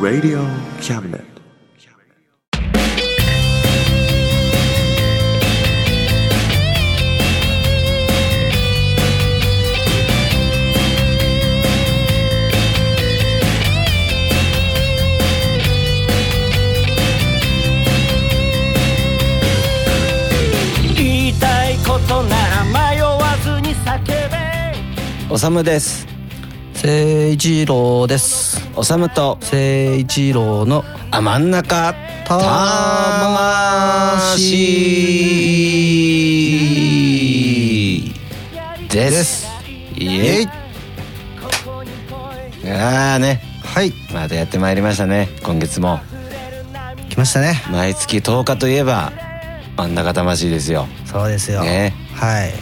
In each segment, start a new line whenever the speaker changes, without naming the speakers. Radio Cabinet.
言いたいことなら迷わずに叫べ
おさむです。
誠一郎です
おさむと
誠一郎の
あ真ん中
たま
魂です。イエイ。ああね、
はい
またやってまいりましたね。今月も
来ましたね
毎月10日といえば真ん中魂ですよ。
そうですよ、
ね
はい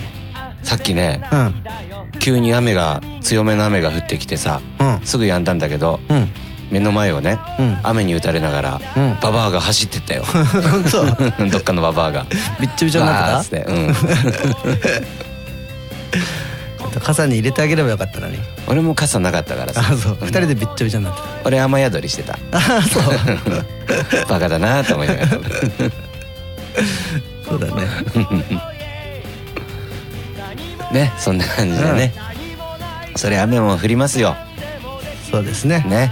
さっきね、
うん
急に雨が強めの雨が降ってきてさ、
うん
すぐ止んだんだけど、
うん
目の前をね、
うん
雨に打たれながら、
うん
ババアが走って ったよ。
本当
どっかのババアが。
びっちょびちょにな
わーっ
って
つってうん
た傘に入れてあげればよかった のに
俺も傘なかったからさ
あそう
うん
二人でびっちょびちょになって
俺雨宿りして た
たあそう
バカだなと思いながら
そうだね
ねそんな感じでね、それ雨も降りますよ
そうですね
ね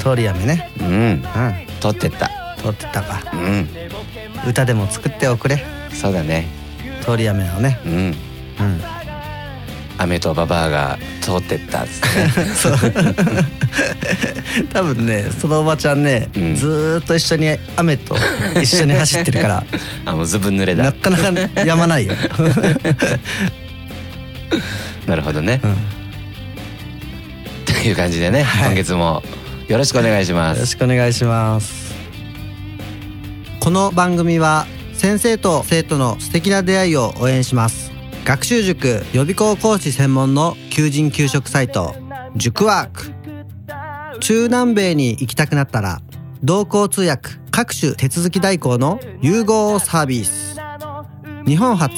通り雨ね
うん
うん
撮ってった
通ってたか
うん
歌でも作っておくれ
そうだね
通り雨をね
うん
うん
雨とババアが通ってったっつって ね
そう多分ねそのおばちゃんね、
うん
ずーっと一緒に雨と一緒に走ってるから
あもうずぶ濡れ
な
だ
かなかねやまないよ、
なるほどね
うん、よ
という感じでね、
はい
今月もよろしくお願いしま
ろ
す
しくお願いしますこの番組は先生と生徒の素敵な出会いを応援します学習塾予備校講師専門の求人・求職サイト塾ワーク中南米に行きたくなったら同行通訳各種手続き代行の融合サービス日本初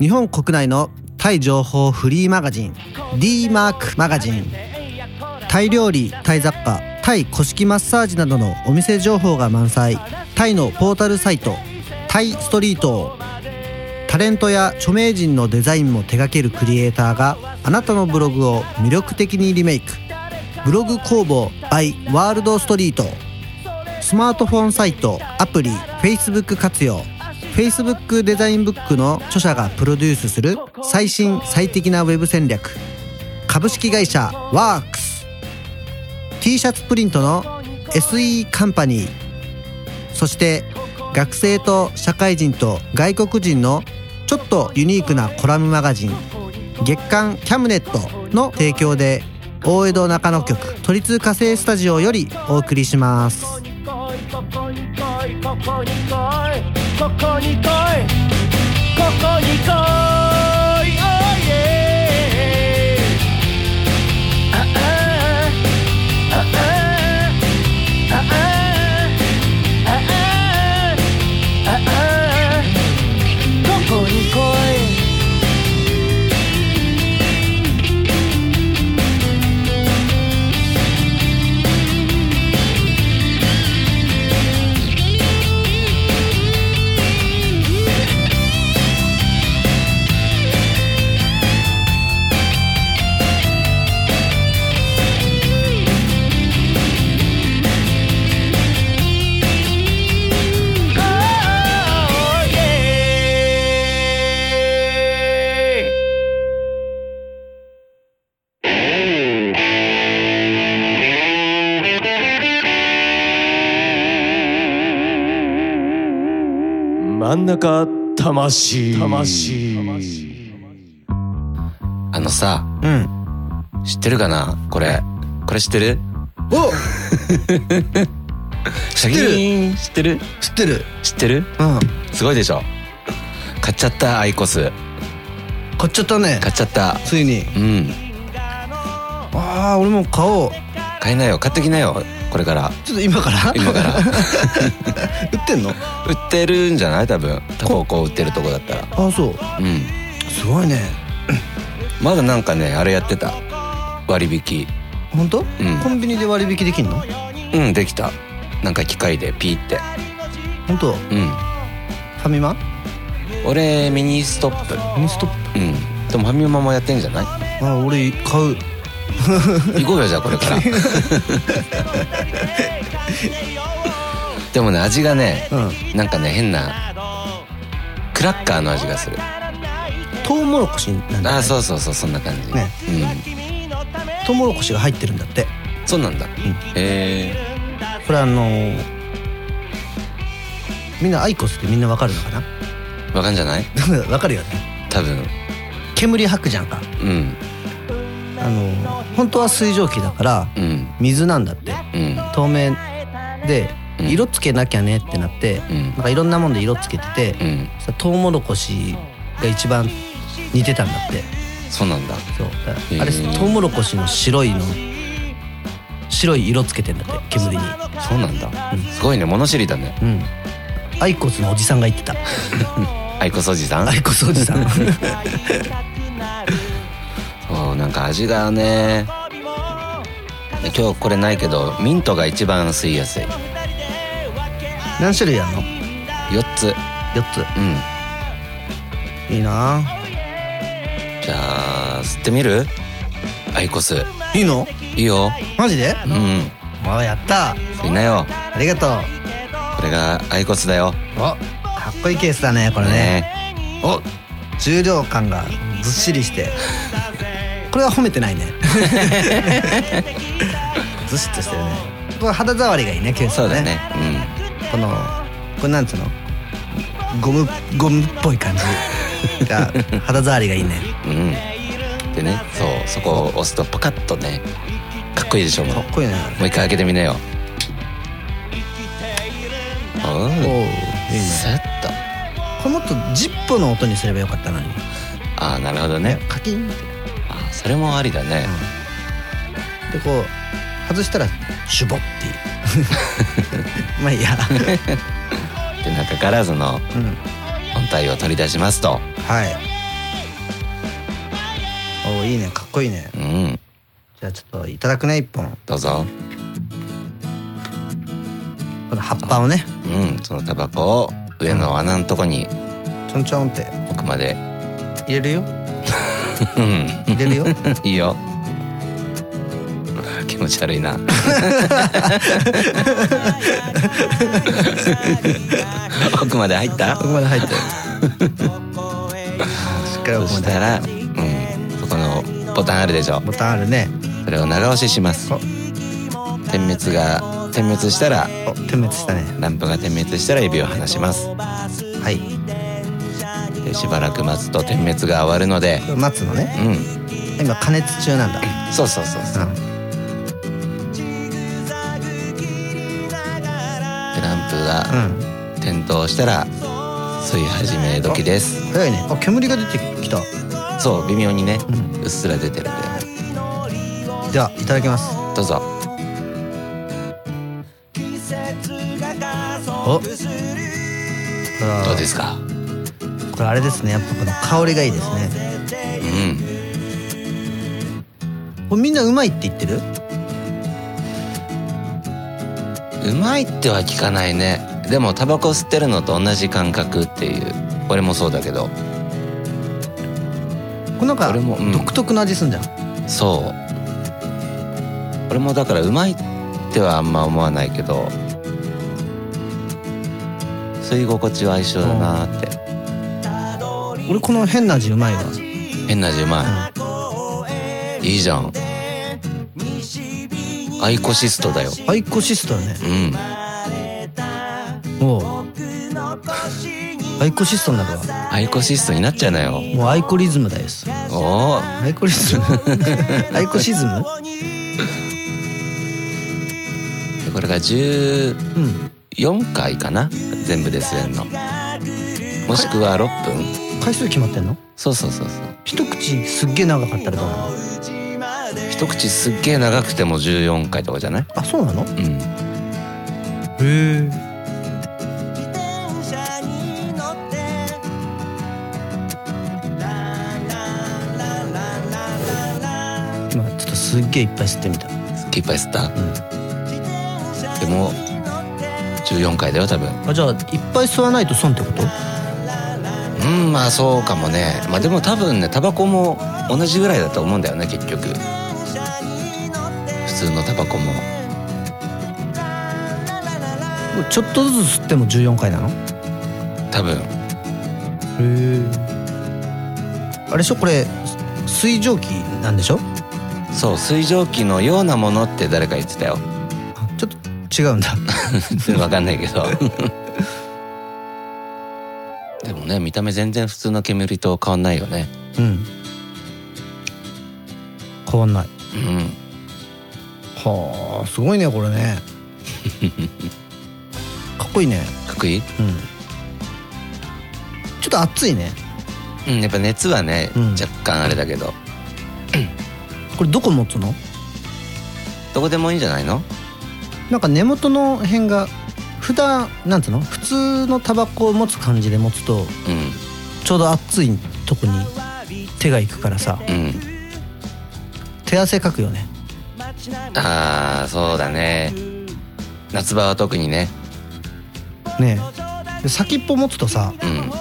日本国内のタイ情報フリーマガジン d マークマガジンタイ料理タイ雑貨タイ古式マッサージなどのお店情報が満載タイのポータルサイトタイストリートタレントや著名人のデザインも手掛けるクリエイターがあなたのブログを魅力的にリメイクブログ工房 by ワールドストリートスマートフォンサイトアプリ Facebook 活用 Facebook デザインブックの著者がプロデュースする最新最適なウェブ戦略株式会社ワークス t シャツプリントの SE カンパニーそして学生と社会人と外国人のちょっとユニークなコラムマガジン月刊キャムネットの提供で大江戸中野局都立火星スタジオよりお送りします
ここに来いここに来いここに来いここに来いここに来い Oh yeah ああああああああああここに来い
真ん中魂魂
あのさ
うん
知ってるかなこれこれ知ってる
お
知ってる知ってる
知ってる
知ってる
うん
すごいでしょ買っちゃったアイコス
買っちゃったね
買っちゃった
ついに
うん
ああ俺も買おう
買えなよ買ってきなよこれから
ちょっと今から
今から
売ってんの
売ってるんじゃない多分タコこう売ってるとこだったら
ああそう
うん
すごいね
まだなんかねあれやってた割引
本当、
ん
コンビニで割引できんの
うんできたなんか機械でピーって
本当フ
うん
ァミマ
俺ミニストップ
ミニストッ
うんでもファミマもやってんじゃ ない
プあ俺買う
行こうよじゃあこれからでもね味がね
うん
なんかね変なクラッカーの味がする
トウモロコシなんだ、
あ
ね、
ーそうそうそうそんな感じ、
ねトウモロコシが入ってるんだって
うんそうなんだ、へえ
これあのーみんなアイコスってみんなわかるのかな
わかんじゃない
わかるよね
多分
煙吐くじゃんか
うん
あのー本当は水蒸気だから
うん
水なんだって
うん
透明で
うん
色つけなきゃねってなって、
うん
なんかいろんなもんで色つけてて、
うん
そしたらトウモロコシが一番似てたんだって
そうなんだ
そうだから
へー
あれトウモロコシの白いの白い色つけてんだって煙に
そうなんだ、すごいね物知りだね
うんアイコスのおじさんが言ってた
あいこそじさん
アイコスおじさん
そうなんか味がね 今日これないけどミントが一番吸いやすい
何種類あんの
4つ
4
うん
ついいな
じゃあ吸ってみるアイコス
いいの
いいよ
マジで
うん
わあやった
吸いなよ
ありがとう
これがアイコスだよ
おかっこいいケースだねこれね
ね
お重量感がずっしりしてこれは褒めてないね ずしっとしてるねこれ肌触りがいいねケース
そう
は
だ
ね
ね
このこれなんつうのゴムゴムっぽい感じ が肌触りがいいね
うんうんでねそうそこを押すとパカッとねかっこいいでしょもう
かっこいいね
もう一回開けてみなよおう
おおいいね
セット
このとジップの音にすればよかったのに
ああなるほどね
カキンって
あーそれもありだね、
でこう外したらシュボっていう まあいいや
でなんかガラスの
うん
本体を取り出しますと
はい。おおいいねかっこいいね。
うん
じゃあちょっといただくね一本。
どうぞ
この葉っぱをね
うんそのタバコを上の穴のとこに
ちょんちょんって
奥まで
入れるよ
うん
入れるよ。
いいよ うわ気持ち悪いな 奥まで入った
ここまで 入ってる。しっかり
そ
奥ま
し
で
た
入
ら、うん、そこのボタンあるでしょ
ボタンあるね。
それを長押しします
お
点滅が点滅したら
お点滅したね。
ランプが点滅したら指を離します
はい。
でしばらく待つと点滅が終わるので
これ待つのね。
うん
今加熱中なんだ。。
そうそうそうそううんでランプ
う
が
ん。
点灯したら吸い始め時です
早いね。あ煙が出てきた。
そう微妙にね、
う
うっすら出てるんだよね
ではいただきます。
どうぞど
お。
うですすか
これあれですねやっぱこの香りがいいですね
うん
これみんなうまいって言ってる
うまいっては聞かないねでもタバコ吸ってるのと同じ感覚っていう俺もそうだけど
これなんか
俺もうん
独特の味すんじゃん、
そう俺もだからうまいってはあんま思わないけど吸い心地は一緒だなーって
俺この変な味うまいわ
変な味うまいいいじゃんアイコシストだよ
アイコシストだね
うん
もうアイコシストになるわ
アイコシストになっちゃうなよ
もうアイコリズムだよ
おお
アイコリズムアイコシズム
これが14
うん
回かな全部で吸えんのもしくは6分
回数決まってんの
そうそうそうそう
一口すっげえ長かったらどうなの
一口すっげえ長くても14回とかじゃない
あそうなのへ
うん
え今ちょっとすすっげえいっぱい吸ってみた
すっげえいっぱい吸った、でも14回だよ多分
あじゃあいっぱい吸わないと損ってこと
うんまあそうかもねまあでも多分ねタバコも同じぐらいだと思うんだよね結局普通のタバコも
ちょっとずつ吸っても14回なのへ
多分
えあれでしょこれ水蒸気なんでしょ
そう水蒸気のようなものって誰か言ってた よ
あちょっと違うんだ
わかんないけ どでもね見た目全然普通の煙と変わんないよね
うん変わんない
うん
はあすごいねこれ ねかっこいいね
かっこいい
うんちょっと熱いね
うんやっぱ熱はね、
うん
若干あれだけど
これどこ持つの
どこでもいいんじゃないの
なんか根元の辺が普段なんつうの普通のタバコを持つ感じで持つと
う
ちょうど熱いとこに手がいくからさ
んうん
手汗かくよね
ああそうだね夏場は特にね
ねえで先っぽ持つとさ
うん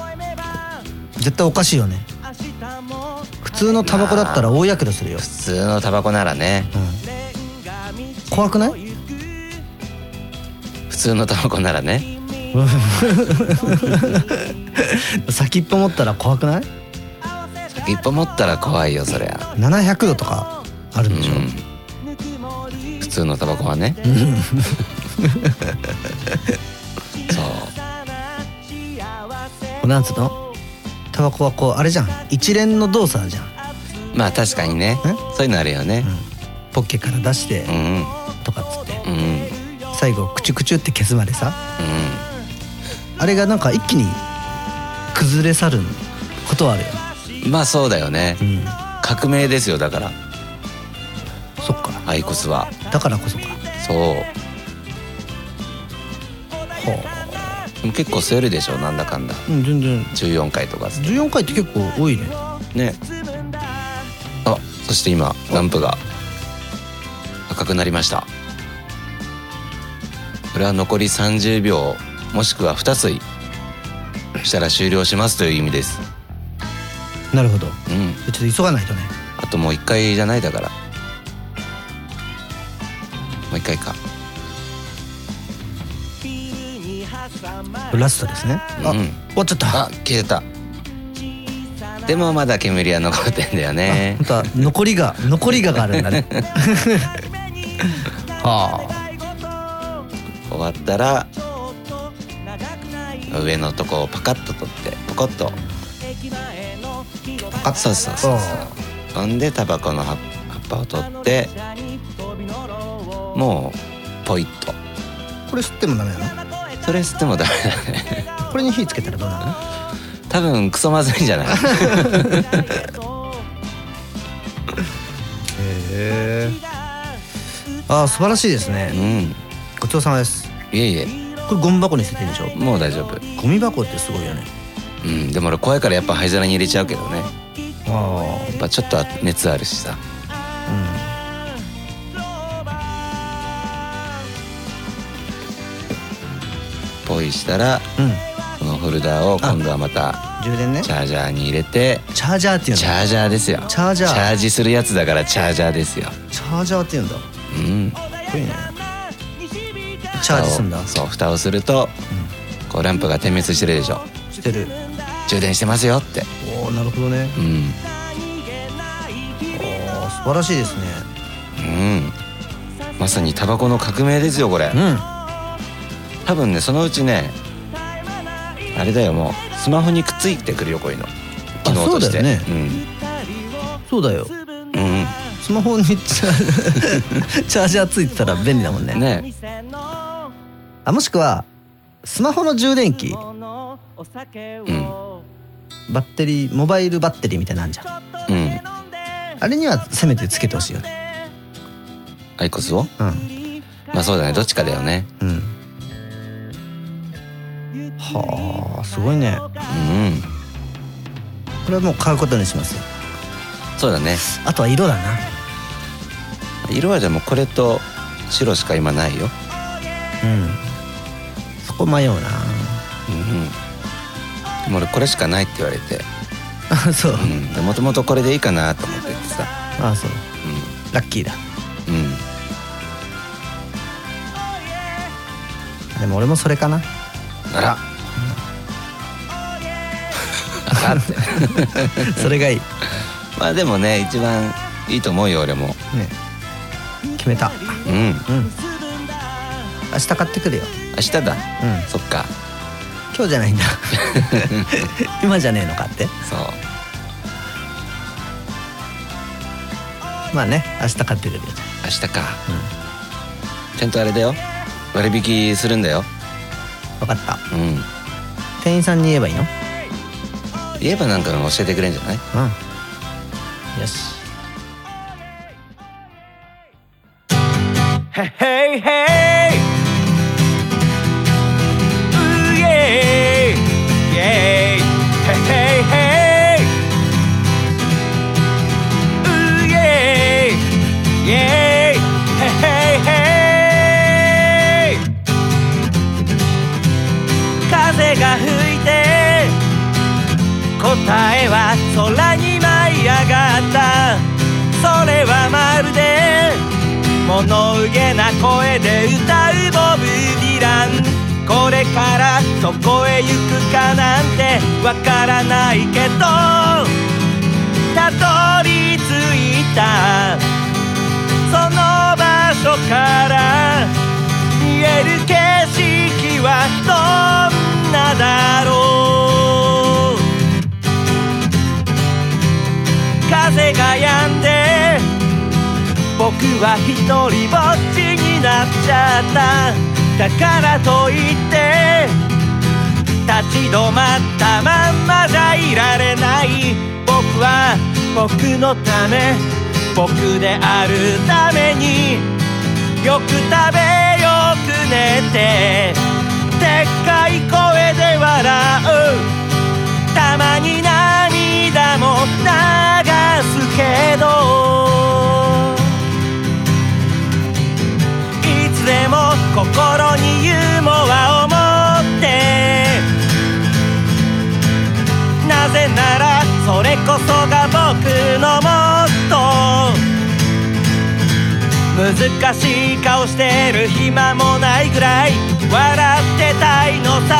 絶対おかしいよね普通のタバコだったら大やけどするよ、
普通のタバコならね
うん、怖くない
普通のタバコならね
先っぽ持ったら怖くない
一歩持ったら怖いよそりゃ
?700 度とかあるんでしょ、
うん普通のタバコはねそう
こうなんつうのタバコはこうあれじゃん一連の動作じゃん
まあ確かにね
え
そういうのあるよね
ポッケから出して
うんうん
とかっつって
うんうん
最後クチュクチュって消すまでさあれがなんか一気に崩れ去ることはあるよ、
まあそうだよね
うん、
革命ですよだから
そっか
アイコスは
だからこそか
そう
ほ
でも結構吸えるでしょなんだかんだ
う、うん、全然
14回とか吸って
14回って結構多いね
ねあそして今ランプが赤くなりましたこれは残り30秒もしくは2吸いしたら終了しますという意味です
なるほど
うん
ちょっと急がないとね
あともう1回じゃないだからもう1回か
ラストですねあ、
うん
終わっちゃった
あ消えたでもまだ煙は残ってんだよ ね
本当は残りが残りががあるんだねはあ
終わったら上のとこをパカッと取ってポコッとパカッそうそうそうそうほんでタバコの葉っ葉っぱを取ってもうポイッと
これ吸ってもダメなの
それ吸ってもダメだ ね
これに火つけたらどうなるの
多分クソまずいんじゃない
へえあー素晴らしいです
う
ね
ん
ごちそうさまです
いえいえ
これゴミ箱に捨ててるでしょ
もう大丈夫
ゴミ箱ってすごいよね
うんでも俺怖いからやっぱ灰皿に入れちゃうけどね
あ
やっぱちょっと熱あるしさ
あ
ポイしたら
うん、うん、
このホルダーを今度はまた
充電ね
チャージャーに入れて
チャージャーっていうの
チャージャーですよ
チャージャー
チャージするやつだからチャージャーですよ
チャージャーっていうんだか
うん
っこいいねチャージすんだ
蓋をそう蓋をすると、こうランプが点滅してるでしょ
してる
充電してますよって
おおなるほどね
うん
おー素晴らしいですね
うんまさにタバコの革命ですよこれ
うん
多分ねそのうちねあれだよもうスマホにくっついてくるよこういうの機能として
そうだよねそうだよ
うん、うん
スマホにチャーチャージャ ーついてたら便利だもんね
ね
あもしくはスマホの充電器バッテリーモバイルバッテリーみたいなのあんじゃん
うん
あれにはせめてつけてほしいよね
アイコスを
うん
まあそうだねどっちかだよね
うんはあすごいね
うん
これはもう買うことにしますよ
そうだね
あとは色だな
色はじゃあもうこれと白しか今ないよ、
うんそこ迷うな
うん、もう俺これしかないって言われて
あそう
もともとこれでいいかなと思っててさ
あそうラッキーだ
うん、うん、
でも俺もそれかな
あら
それがいいね
まあでもね一番いいと思うよ俺も
決めた
うん
うん明日買ってくるよ
明日だ
うん
そっか
今日じゃな いんだ今じゃねえのかって
そう
まあね明日買ってくるよ
明日か、ちゃんとあれだよ割引するんだよ
分かった
うん
店員さんに言えばいいのうん
言えばなんか教えてくれんじゃない
よし
ヘッヘイヘイうえいイエイヘッヘイヘイイエイイエイヘッヘイヘイ風が吹いて答えは空に舞い上がったそれはまるで物憂げな声で歌うボブ・ディランこれからどこへ行くかなんてわからないけどたどり着いたその場所から見える景色はどんなだろう風が止んで僕は一人ぼっちになっちゃっただからといって立ち止まったまんまじゃいられない僕は僕のため僕であるためによく食べよく寝てでっかい声で笑うたまに涙も流すけどいつでも心にユーモアを持ってなぜならそれこそが僕のモットー難しい顔してる暇もないぐらい笑ってたいのさ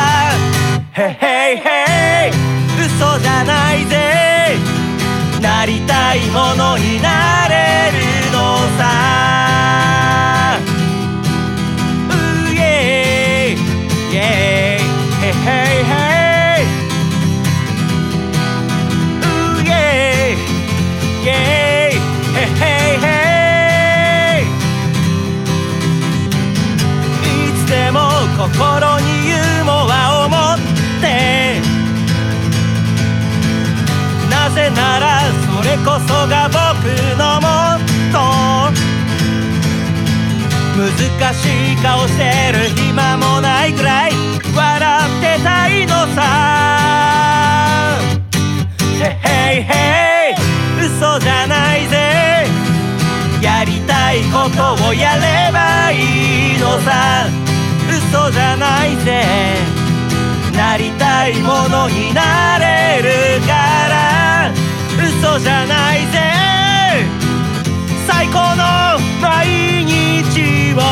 へへいへい嘘じゃないぜなりたいものになれるのさうえいイエイへへいへいうえいイエイヘッヘイヘイいつでも心にユーモアを持ってなぜならそれこそが僕のモットー難しい顔してる暇もないくらい笑ってたいのさヘイヘイ嘘じゃないぜやりたいことをやればいいのさ嘘じゃないぜなりたいものになれるから嘘じゃないぜ最高の毎日を過ご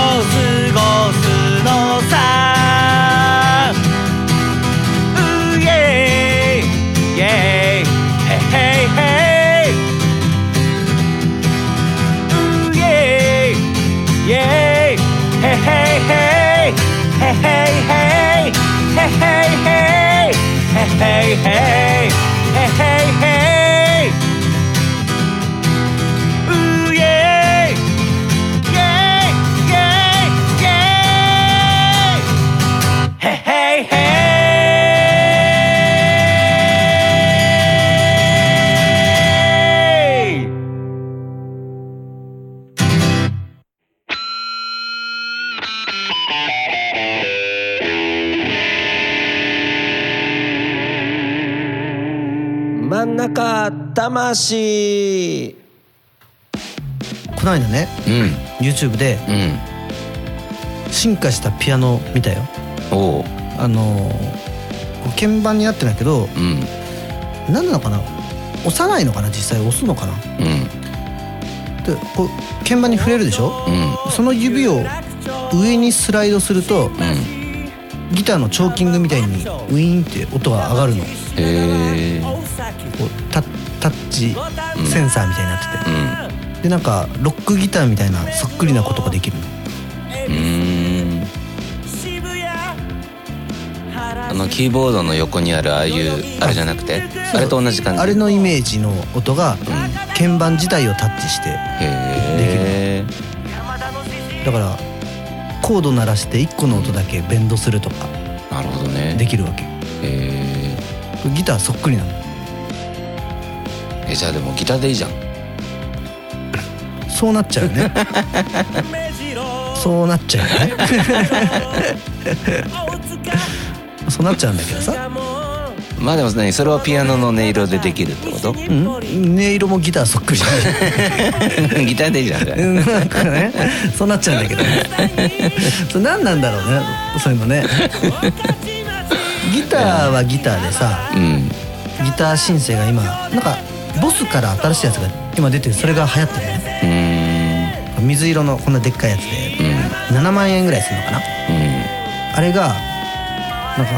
すのさうえいイエイヘイヘイヘイうえいイエイヘイヘイヘイヘイヘイヘイヘイヘイヘイヘイヘイヘイヘイうえいイエイイエイイエイヘッヘイヘイ
真ん中魂
ここの間ね
うん
YouTube で
うん
進化したピアノ見たよ
おう
あのー鍵盤になってないけど
うん
何なのかな押さないのかな実際押すのかな
うん
でこう鍵盤に触れるでしょ
うん
その指を上にスライドすると
うん
ギターのチョーキングみたいにウィーンって音が上がるのこ
へえ
うタタッチセンサーみたいになって
うん
てでなんかロックギターみたいなそっくりなことができるの
うーんあのキーボードの横にあるああいうあれじゃなくてあれと同じ感じ
あれのイメージの音が鍵盤自体をタッチして
へえ
だからコード鳴らして1個の音だけベンドするとか
なるほどね
できるわけ
へ
ギターそっくりなの
ーえじゃあでもギターでいいじゃん
そうなっちゃうよ ねそうなっちゃうよねそうなっちゃうんだけどさ
まあでも何それはピアノの音色でできるってこと
うん音色もギターそっくりじゃ
ギターでいいじゃんじゃあ
ないなんかねそうなっちゃうんだけどねそれ何なんだろうねそういうのねギターはギターでさ
うん
ギターシンセが今なんかボスから新しいやつが今出て るそれが流行ってるよね
うーん
水色のこんなでっかいやつで
うん
7万円ぐらいするのかなあれがなんか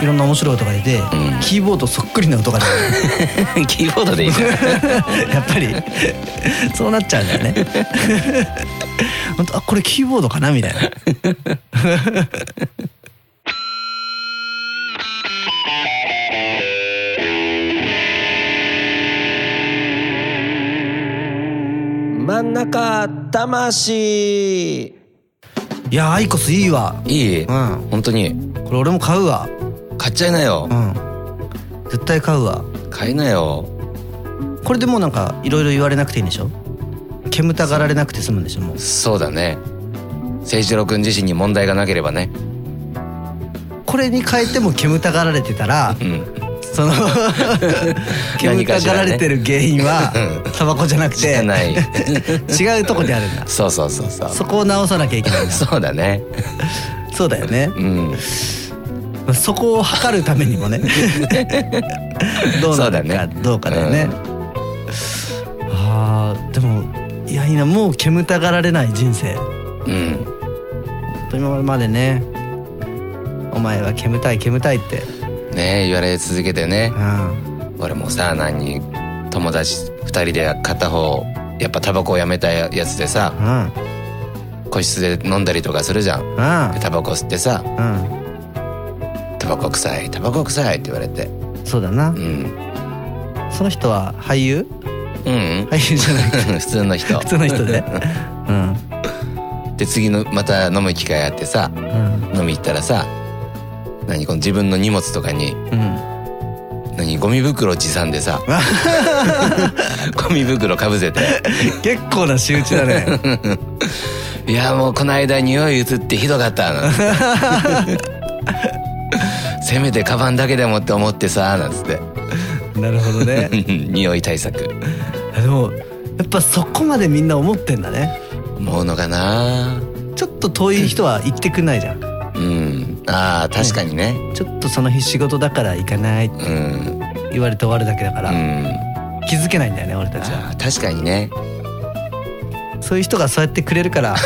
いろんな面白い音が出て、
ん
キーボードそっくりな音が出
うん キーボードでいいじゃん
るやっぱりそうなっちゃうんだよね本当あこれキーボードかなみたいな
真ん中魂
いやアイコスいいわ
いい
うん
本当に
これ俺も買うわ
買っちゃいなよ
うん絶対買うわ
買いなよ
これでもうなんかいろいろ言われなくていいんでしょ煙たがられなくて済むんでしょもう
そうだね誠一郎君自身に問題がなければね
これに変えても煙たがられてたら
うん
そ の煙たがられてる原因はタバコじゃなく
じ
て
ゃない
違うとこにあるんだ
そうそうそうそう
そこを直さなきゃいけないんだ
そうだね
そうだよね
うん
そこを測るため にもねどう
そ
な
うだ
るか
ね
どうかだよねあーでもいやいいなもう煙たがられない人生
うん
今までねお前は煙たい煙たいって
ねえ言われ続けてね
うん
俺もさ何人友達2人で片方やっぱタバコをやめたやつでさ
うん
個室で飲んだりとかするじゃん
うん
でタバコ吸ってさ
うん
「タバコ臭いタバコ臭い」って言われて
そうだな
うん
その人は俳優
うん
俳優じゃない
普通の人
普通の人でうん
で次のまた飲む機会あってさ
うん
飲み行ったらさ何この自分の荷物とかに
うん
何ゴミ袋持参で さゴミ袋かぶせて
結構な仕打ちだね
いやもうこの間匂い移ってひどか ったなんつってせめてカバンだけでもって思ってさなんつって
なるほどね
うん匂い対策
でもやっぱそこまでみんな思ってんだね
思うのかな
ちょっと遠い人は行ってくんないじゃんち
うんあー確かにね
ょっとその日仕事だから行かないって
うん
言われて終わるだけだか
う
ら、
ん
気づけないんだよね俺たちは
あー確かにね
そういう人がそうやってくれるからあ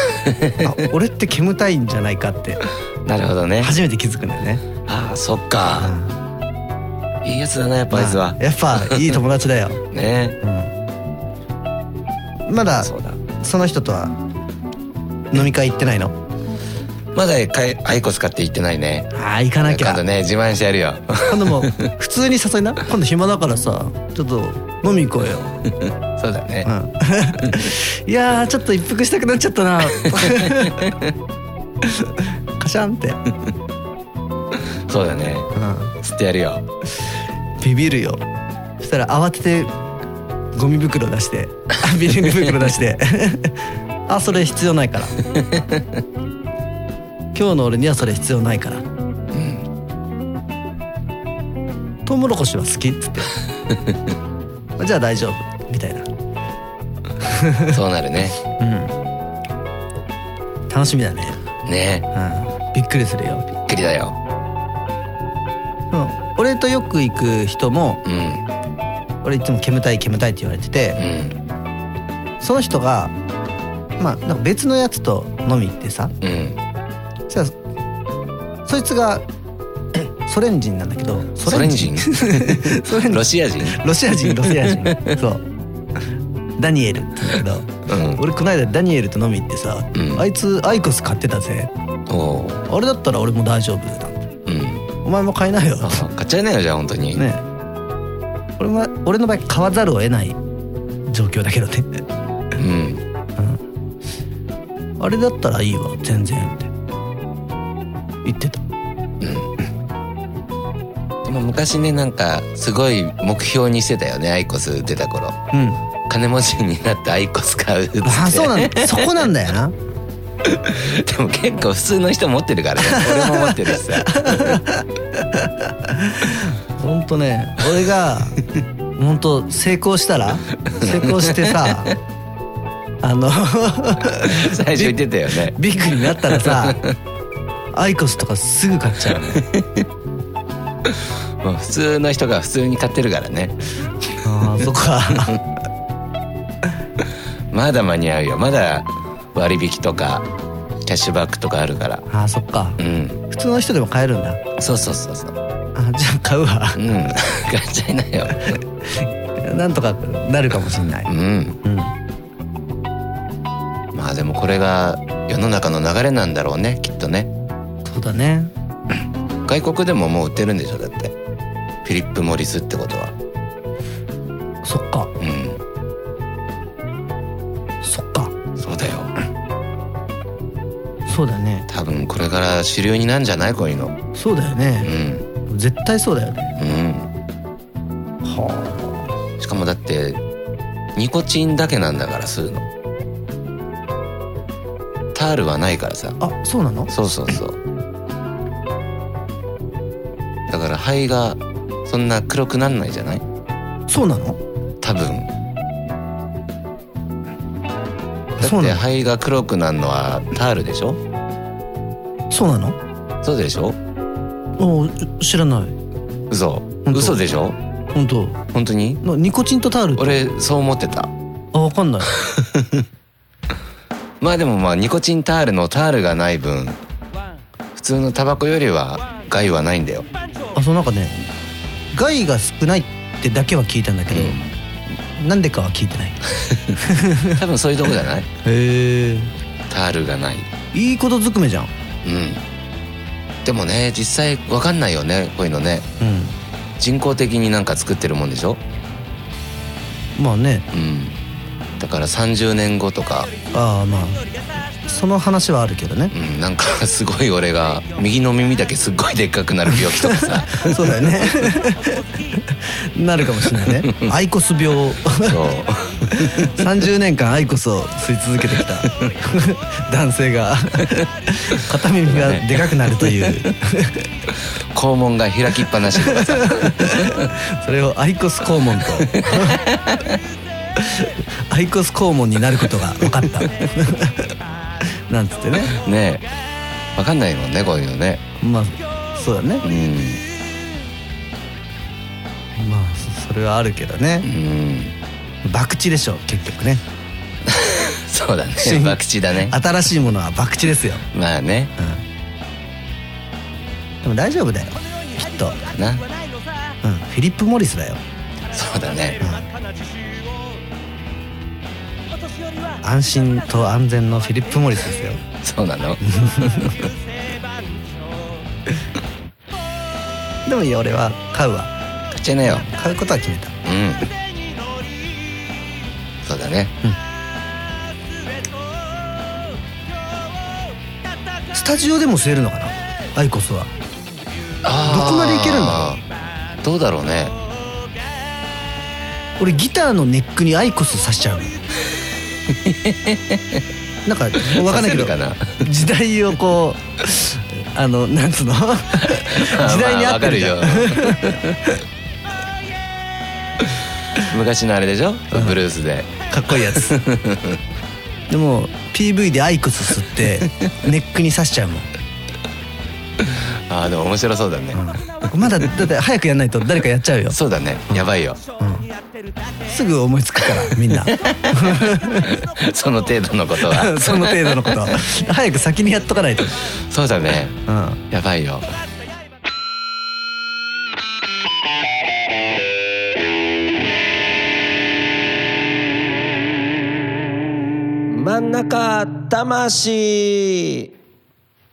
俺って煙たいんじゃないかって
なるほどね
初めて気づくんだよね、
あーそっ
う
か
ん
いいやつだなやっぱあいつは
まあやっぱいい友達だよ、
ね
うんまだ
そうだ
その人とは飲み会行ってないの
まだかいアイコス買って行ってないね
あー行かなきゃ
今度ね自慢してやる よ
今度も普通に誘いな 今度暇だからさちょっと飲み行こうよ、
そうだね
うん、いやーちょっと一服したくなっちゃったな カシャンって、
そうだね
うん、
釣ってやるよ
ビビるよそしたら慌ててゴミ袋出してビニール袋出して あそれ必要ないから 今日の俺にはそれ必要ないから、トウ モロコシは好きっつってじゃあ大丈夫みたいな
そうなるね
うん楽しみだね
ね
うんびっくりするよ
びっくりだよ
うん俺とよく行く人も
うん
俺いつも煙たい煙たいって言われてて
うん
その人がまあなんか別のやつと飲み行ってさ
うん
そしたらそいつが ソ連人なんだけど
ソ連人
ソ連人
ロシア人
ロシア 人ロシア人そうダニエルって言うんだけど
うん
俺この間ダニエルと飲み行ってさ、
うん
あいつアイコス買ってたぜ
おう
あれだったら俺も大丈夫だ
うん
お前も買いなよ
あ買っちゃいなよじゃあ本当に、
ね俺は俺の場合買わざるを得ない状況だけどね
うん
あれだったらいいわ全然って言ってた
でも昔ねなんかすごい目標にしてたよねアイコス出た頃
うん
金持ちになってアイコス買うっつって
あそうなんだそこなんだよな
でも結構普通の人持ってるからね俺も持ってるし さ
ほんとね俺 がほんと成功したら成功して さあの
最初言ってたよね
ビッグになったらさアイコスとかすぐ買っちゃう
もう普通の人が普通に買ってるからね
あーそっか
まだ間に合うよまだ割引とかキャッシュバックとかあるから
あーそっか
うん
普通の人でも買えるんだ
そうそうそうそう
あじゃあ買うわ
うん買っちゃいなよ
なんとかなるかもしんない、
うん
うん、
まあでもこれが世の中の流れなんだろうねきっとね
そうだね
外国でももう売ってるんでしょだってフィリップ・モリスってことは
そっか
う
そっか
んそうだよ
そうだね
多分これから主流になんじゃないこういうの
そうだよ
う
ね、
ん
絶対そうだよね
うん。しかもだってニコチンだけなんだから吸うの。タールはないからさ。
あそうなの
そうそうそう。だから肺がそんな黒くなんないじゃない？
そうなの
多分。だ
そう
っ
な
て
の
肺が黒くなるのはタールでしょ？
そうなの
そうでしょ？
おー知らない
嘘
当。
嘘でしょ？
本当
本当に？
なニコチンとタールって
俺そう思ってた。
あわかんない
まあでもまあニコチンタールのタールがない分普通のタバコよりは害はないんだよ。
あそうなんかね害が少ないってだけは聞いたんだけど、なんでかは聞いてない
多分そういうとこじゃ ない
へえ
タールがない。
いいことずくめじゃん
うん。でもね実際わかんないよねこういうのね
う
人工的になんか作ってるもんでしょ。
んまあね
うん。だから30年後とか、
ああまあその話はあるけどね
うん、なんか すごい俺が右の耳だけすっごいでっかくなる病気とかさ
そうだよねなるかもしれない ねアイコス病
そう
30年間アイコスを吸い続けてき た男性が片耳がでかくなるという
肛門が開きっぱなしとかさ
それをアイコス肛門とアイコス肛門になることが分かったなんつってね
ねえわかんないもんねこういうのね。
まあそうだね
うん。
まあそそれはあるけど
う
ね
ん
博打でしょ結局ね
そうだね
新
博打だね
新しいものは博打ですよ
まあね
でも大丈夫だよきっと、うん、
な
フィリップ・モリスだよ
そうだね
安心と安全のフィリップ・モリスですよ
そうなの
でもいいよ俺は買うわ
買っちゃいなよ
買うことは決めた
うんそうだね
スタジオでも吸えるのかなアイコスは
あー
どこまでいけるんだ
どうだろうね
俺ギターのネックにアイコスさしちゃう のなんかわかんないけ
刺せ
ど
るか
時代をこうあのな んつうの 時代に合ってるじゃん、
まあわかるよ 昔のあれでしょ、ブルースで
かっこい いやつでも PV でアイコス吸ってネックに刺しちゃうもん
ああでも面白そうだね、
僕まだだって早くやんないと誰かやっちゃうよ
そうだねやばいよ
すぐ思いつくからみん な
その程度のこと は
その程度のこと早く先にやっとかないと、
そうだね
うん、
やばいよ
真ん中魂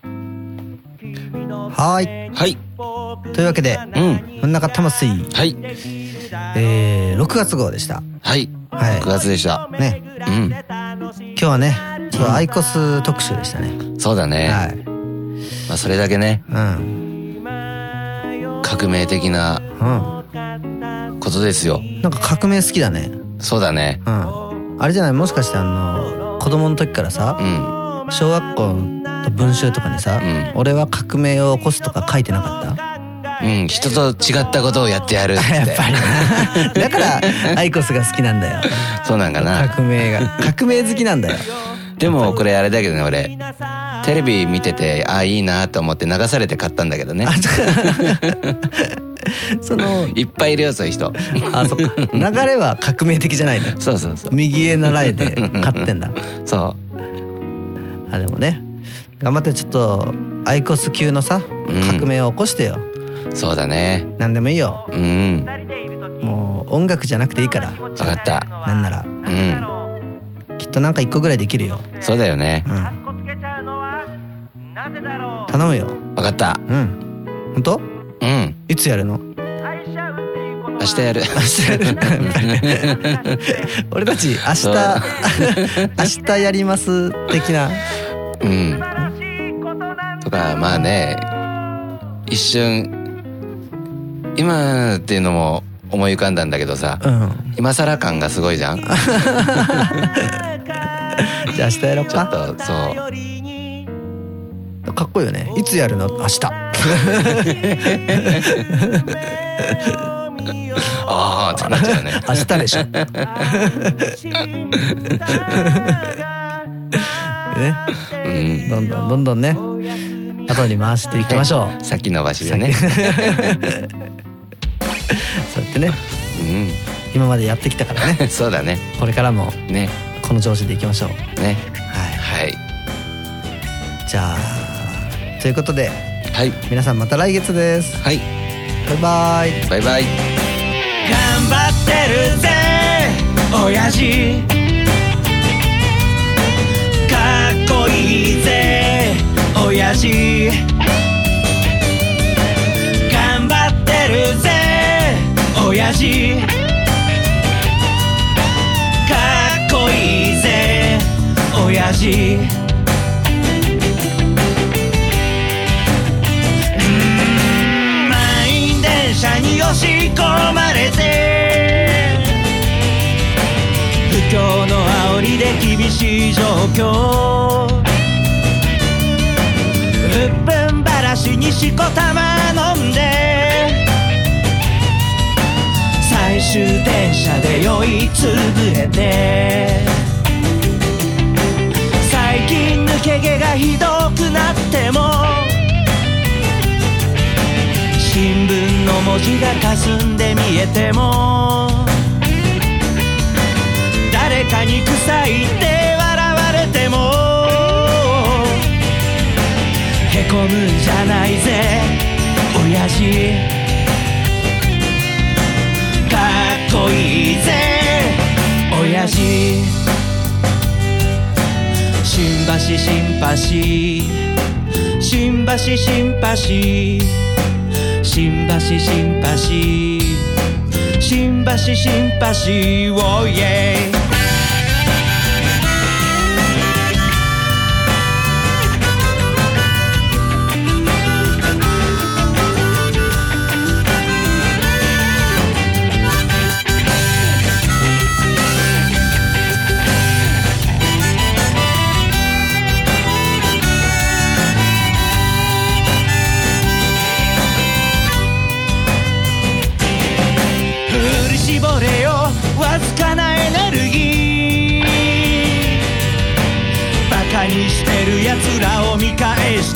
はー
はい
いというわけで
うん
真ん中魂、
はい
えー、6月号でした
はい、
はい
9月でした
ね
うん
今日はねちょっとアイコス特集でしたね、
そうだね、
はい
まあ、それだけね
うん
革命的な
うん
ことですよ
なんか革命好きだね
そうだね
うんあれじゃないもしかしてあの子供の時からさ
うん
小学校の文集とかにさ、
うん
俺は革命を起こすとか書いてなかった
うん人と違ったことをやってやるっ
やってぱりな だからアイコスが好きなんだよ
そうなんかな
革命が革命好きなんだよ
でもこれあれだけどね俺テレビ見ててああいいなと思って流されて買ったんだけどね
あちょ その
いっぱいいるよそういう人
あそっか流れは革命的じゃないのよ
そうそうそう
右へ習えて勝ってんだ
そ
あでもね頑張ってちょっとアイコス級のさ
ん
革命を起こしてよ、
うそうだね
何でもいいよ
うん
もう音楽じゃなくていいから
分かった
なんなら
うん
きっとなんか一個ぐらいできるよ、
そうだよね
うん、頼むよ
分かった
うん本当
うん
いつやるの
明日やる
俺たち明日
そう
明日やります的な
うんとかまあね一瞬今っていうのも思い浮かんだんだけどさ
うん
今更感がすごいじ ゃんちょ
じゃあ明日やろう
っ
か
と そう
かっこいいよねいつやるの明日
ああってなっちゃうね
明日でしょね
うん
どんどんどんどんね後に回していきましょう、
先延ばしでね
そうやってね今までやってきたから
う
ね
んそうだね
これからも
ね
この調子でいきましょう
ね
は
はい
いじゃあということで
はい
皆さんまた来月です
はい
バイバイ
バイバイ
頑張ってるぜ親父かっこいいぜ親父頑張ってるぜ親父かっこいいぜ親父満員電車に押し込まれて不況の煽りで厳しい状況うっぷんばらしにしこたま飲んで最終電車で酔いつぶれて最近抜け毛がひどくなっても新聞の文字が霞んで見えても誰かに臭いって笑われてもへこむんじゃないぜ親父かっこいいぜ親父新橋新橋新橋新橋新橋新橋新橋新橋おいえ振り絞れよつらを見返し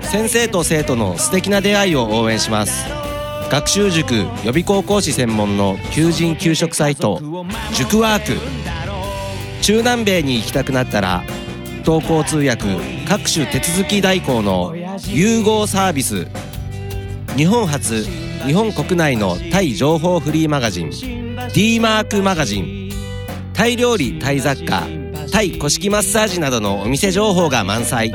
先生と生徒の素敵な出会いを応援します学習塾予備高校師専門の求人・求職サイト塾ワーク中南米に行きたくなったら同行通訳各種手続き代行の融合サービス日本初日本国内のタイ情報フリーマガジン d マークマガジンタイ料理タイ雑貨タイ古式マッサージなどのお店情報が満載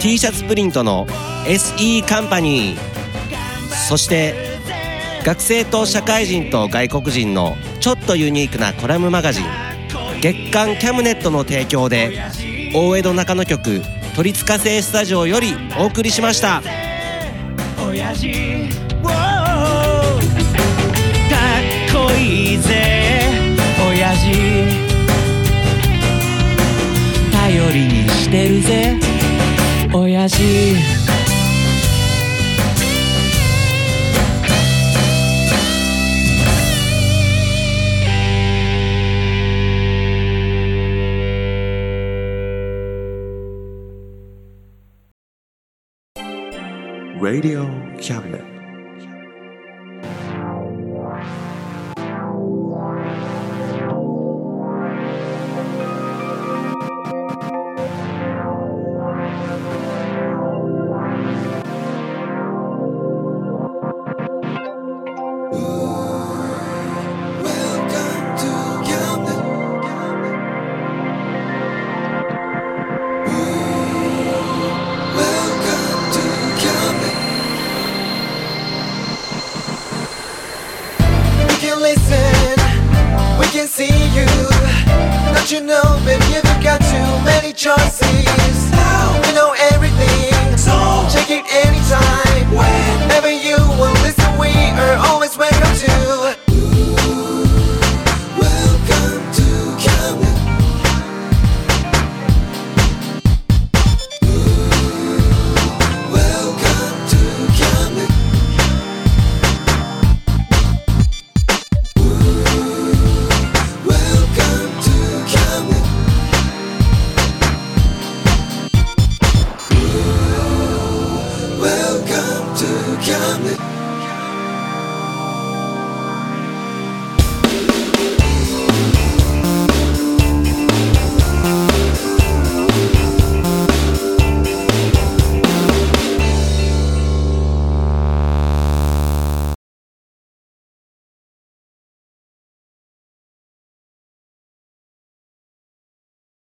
t シャツプリントの SE カンパニーそして学生と社会人と外国人のちょっとユニークなコラムマガジン月刊キャムネットの提供で大江戸中野局「鳥塚製スタジオ」よりお送りしました。
親父 Wow かっこいいぜ親父頼りにしてるぜ親父